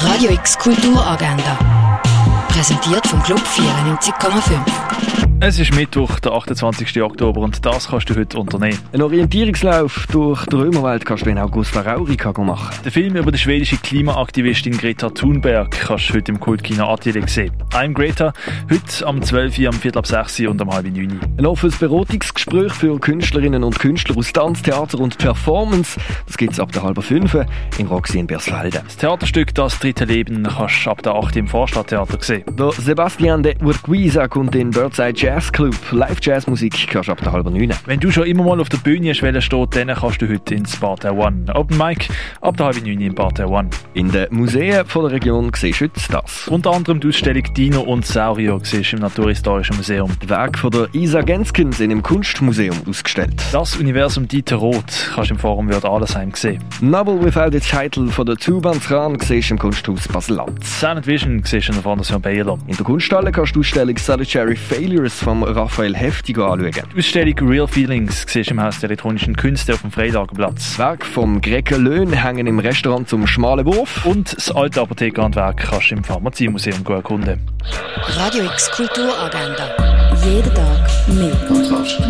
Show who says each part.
Speaker 1: Radio X Kulturagenda. Präsentiert vom Club 94,5.
Speaker 2: Es ist Mittwoch, der 28. Oktober, und das kannst du heute unternehmen.
Speaker 3: Ein Orientierungslauf durch die Römerwelt kannst du in Augusta Raurica machen.
Speaker 2: Den Film über die schwedische Klimaaktivistin Greta Thunberg kannst du heute im Kultkino Atelier sehen. I'm Greta, heute am 12. Uhr, am Viertel ab 6 Uhr und am halb 9 Uhr.
Speaker 3: Ein offenes Beratungsgespräch für Künstlerinnen und Künstler aus Tanz, Theater und Performance. Das gibt es ab der halben 5 im Roxy in Bersfelde.
Speaker 2: Das Theaterstück «Das dritte Leben» kannst du ab der 8 Uhr im Vorstadttheater sehen.
Speaker 3: Der Sebastian de Urquiza kommt in Birdside Jazz Jazz Club. Live Jazzmusik kannst du ab der halben neun.
Speaker 2: Wenn du schon immer mal auf der Bühne stehen stehst, dann kannst du heute ins Bar der One. Open Mic ab der halben neun im Bar der One.
Speaker 3: In den Museen von der Region siehst du jetzt das.
Speaker 2: Unter anderem die Ausstellung Dino und Saurier siehst im Naturhistorischen Museum.
Speaker 3: Die Werke von der Isa Genskin sind im Kunstmuseum ausgestellt.
Speaker 2: Das Universum Dieter Roth kannst du im Forum Wörth Allesheim sehen.
Speaker 3: Novel Without its Title von der Zuban Tran siehst im Kunsthaus Basel-Land.
Speaker 2: Sound Vision siehst du in der Fondation Baylor.
Speaker 3: In der Kunsthalle kannst du die Ausstellung Solitary Failures von Raphael Heftig anschauen.
Speaker 2: Die Ausstellung Real Feelings siehst im Haus der elektronischen Künste auf dem Freilagerplatz.
Speaker 3: Werk vom Greker Löhn hängen im Restaurant zum schmalen Wurf.
Speaker 2: Und das alte Apothekerhandwerk kannst du im Pharmaziemuseum erkunden.
Speaker 1: Radio X Kulturagenda. Jeden Tag mehr. Kontrast.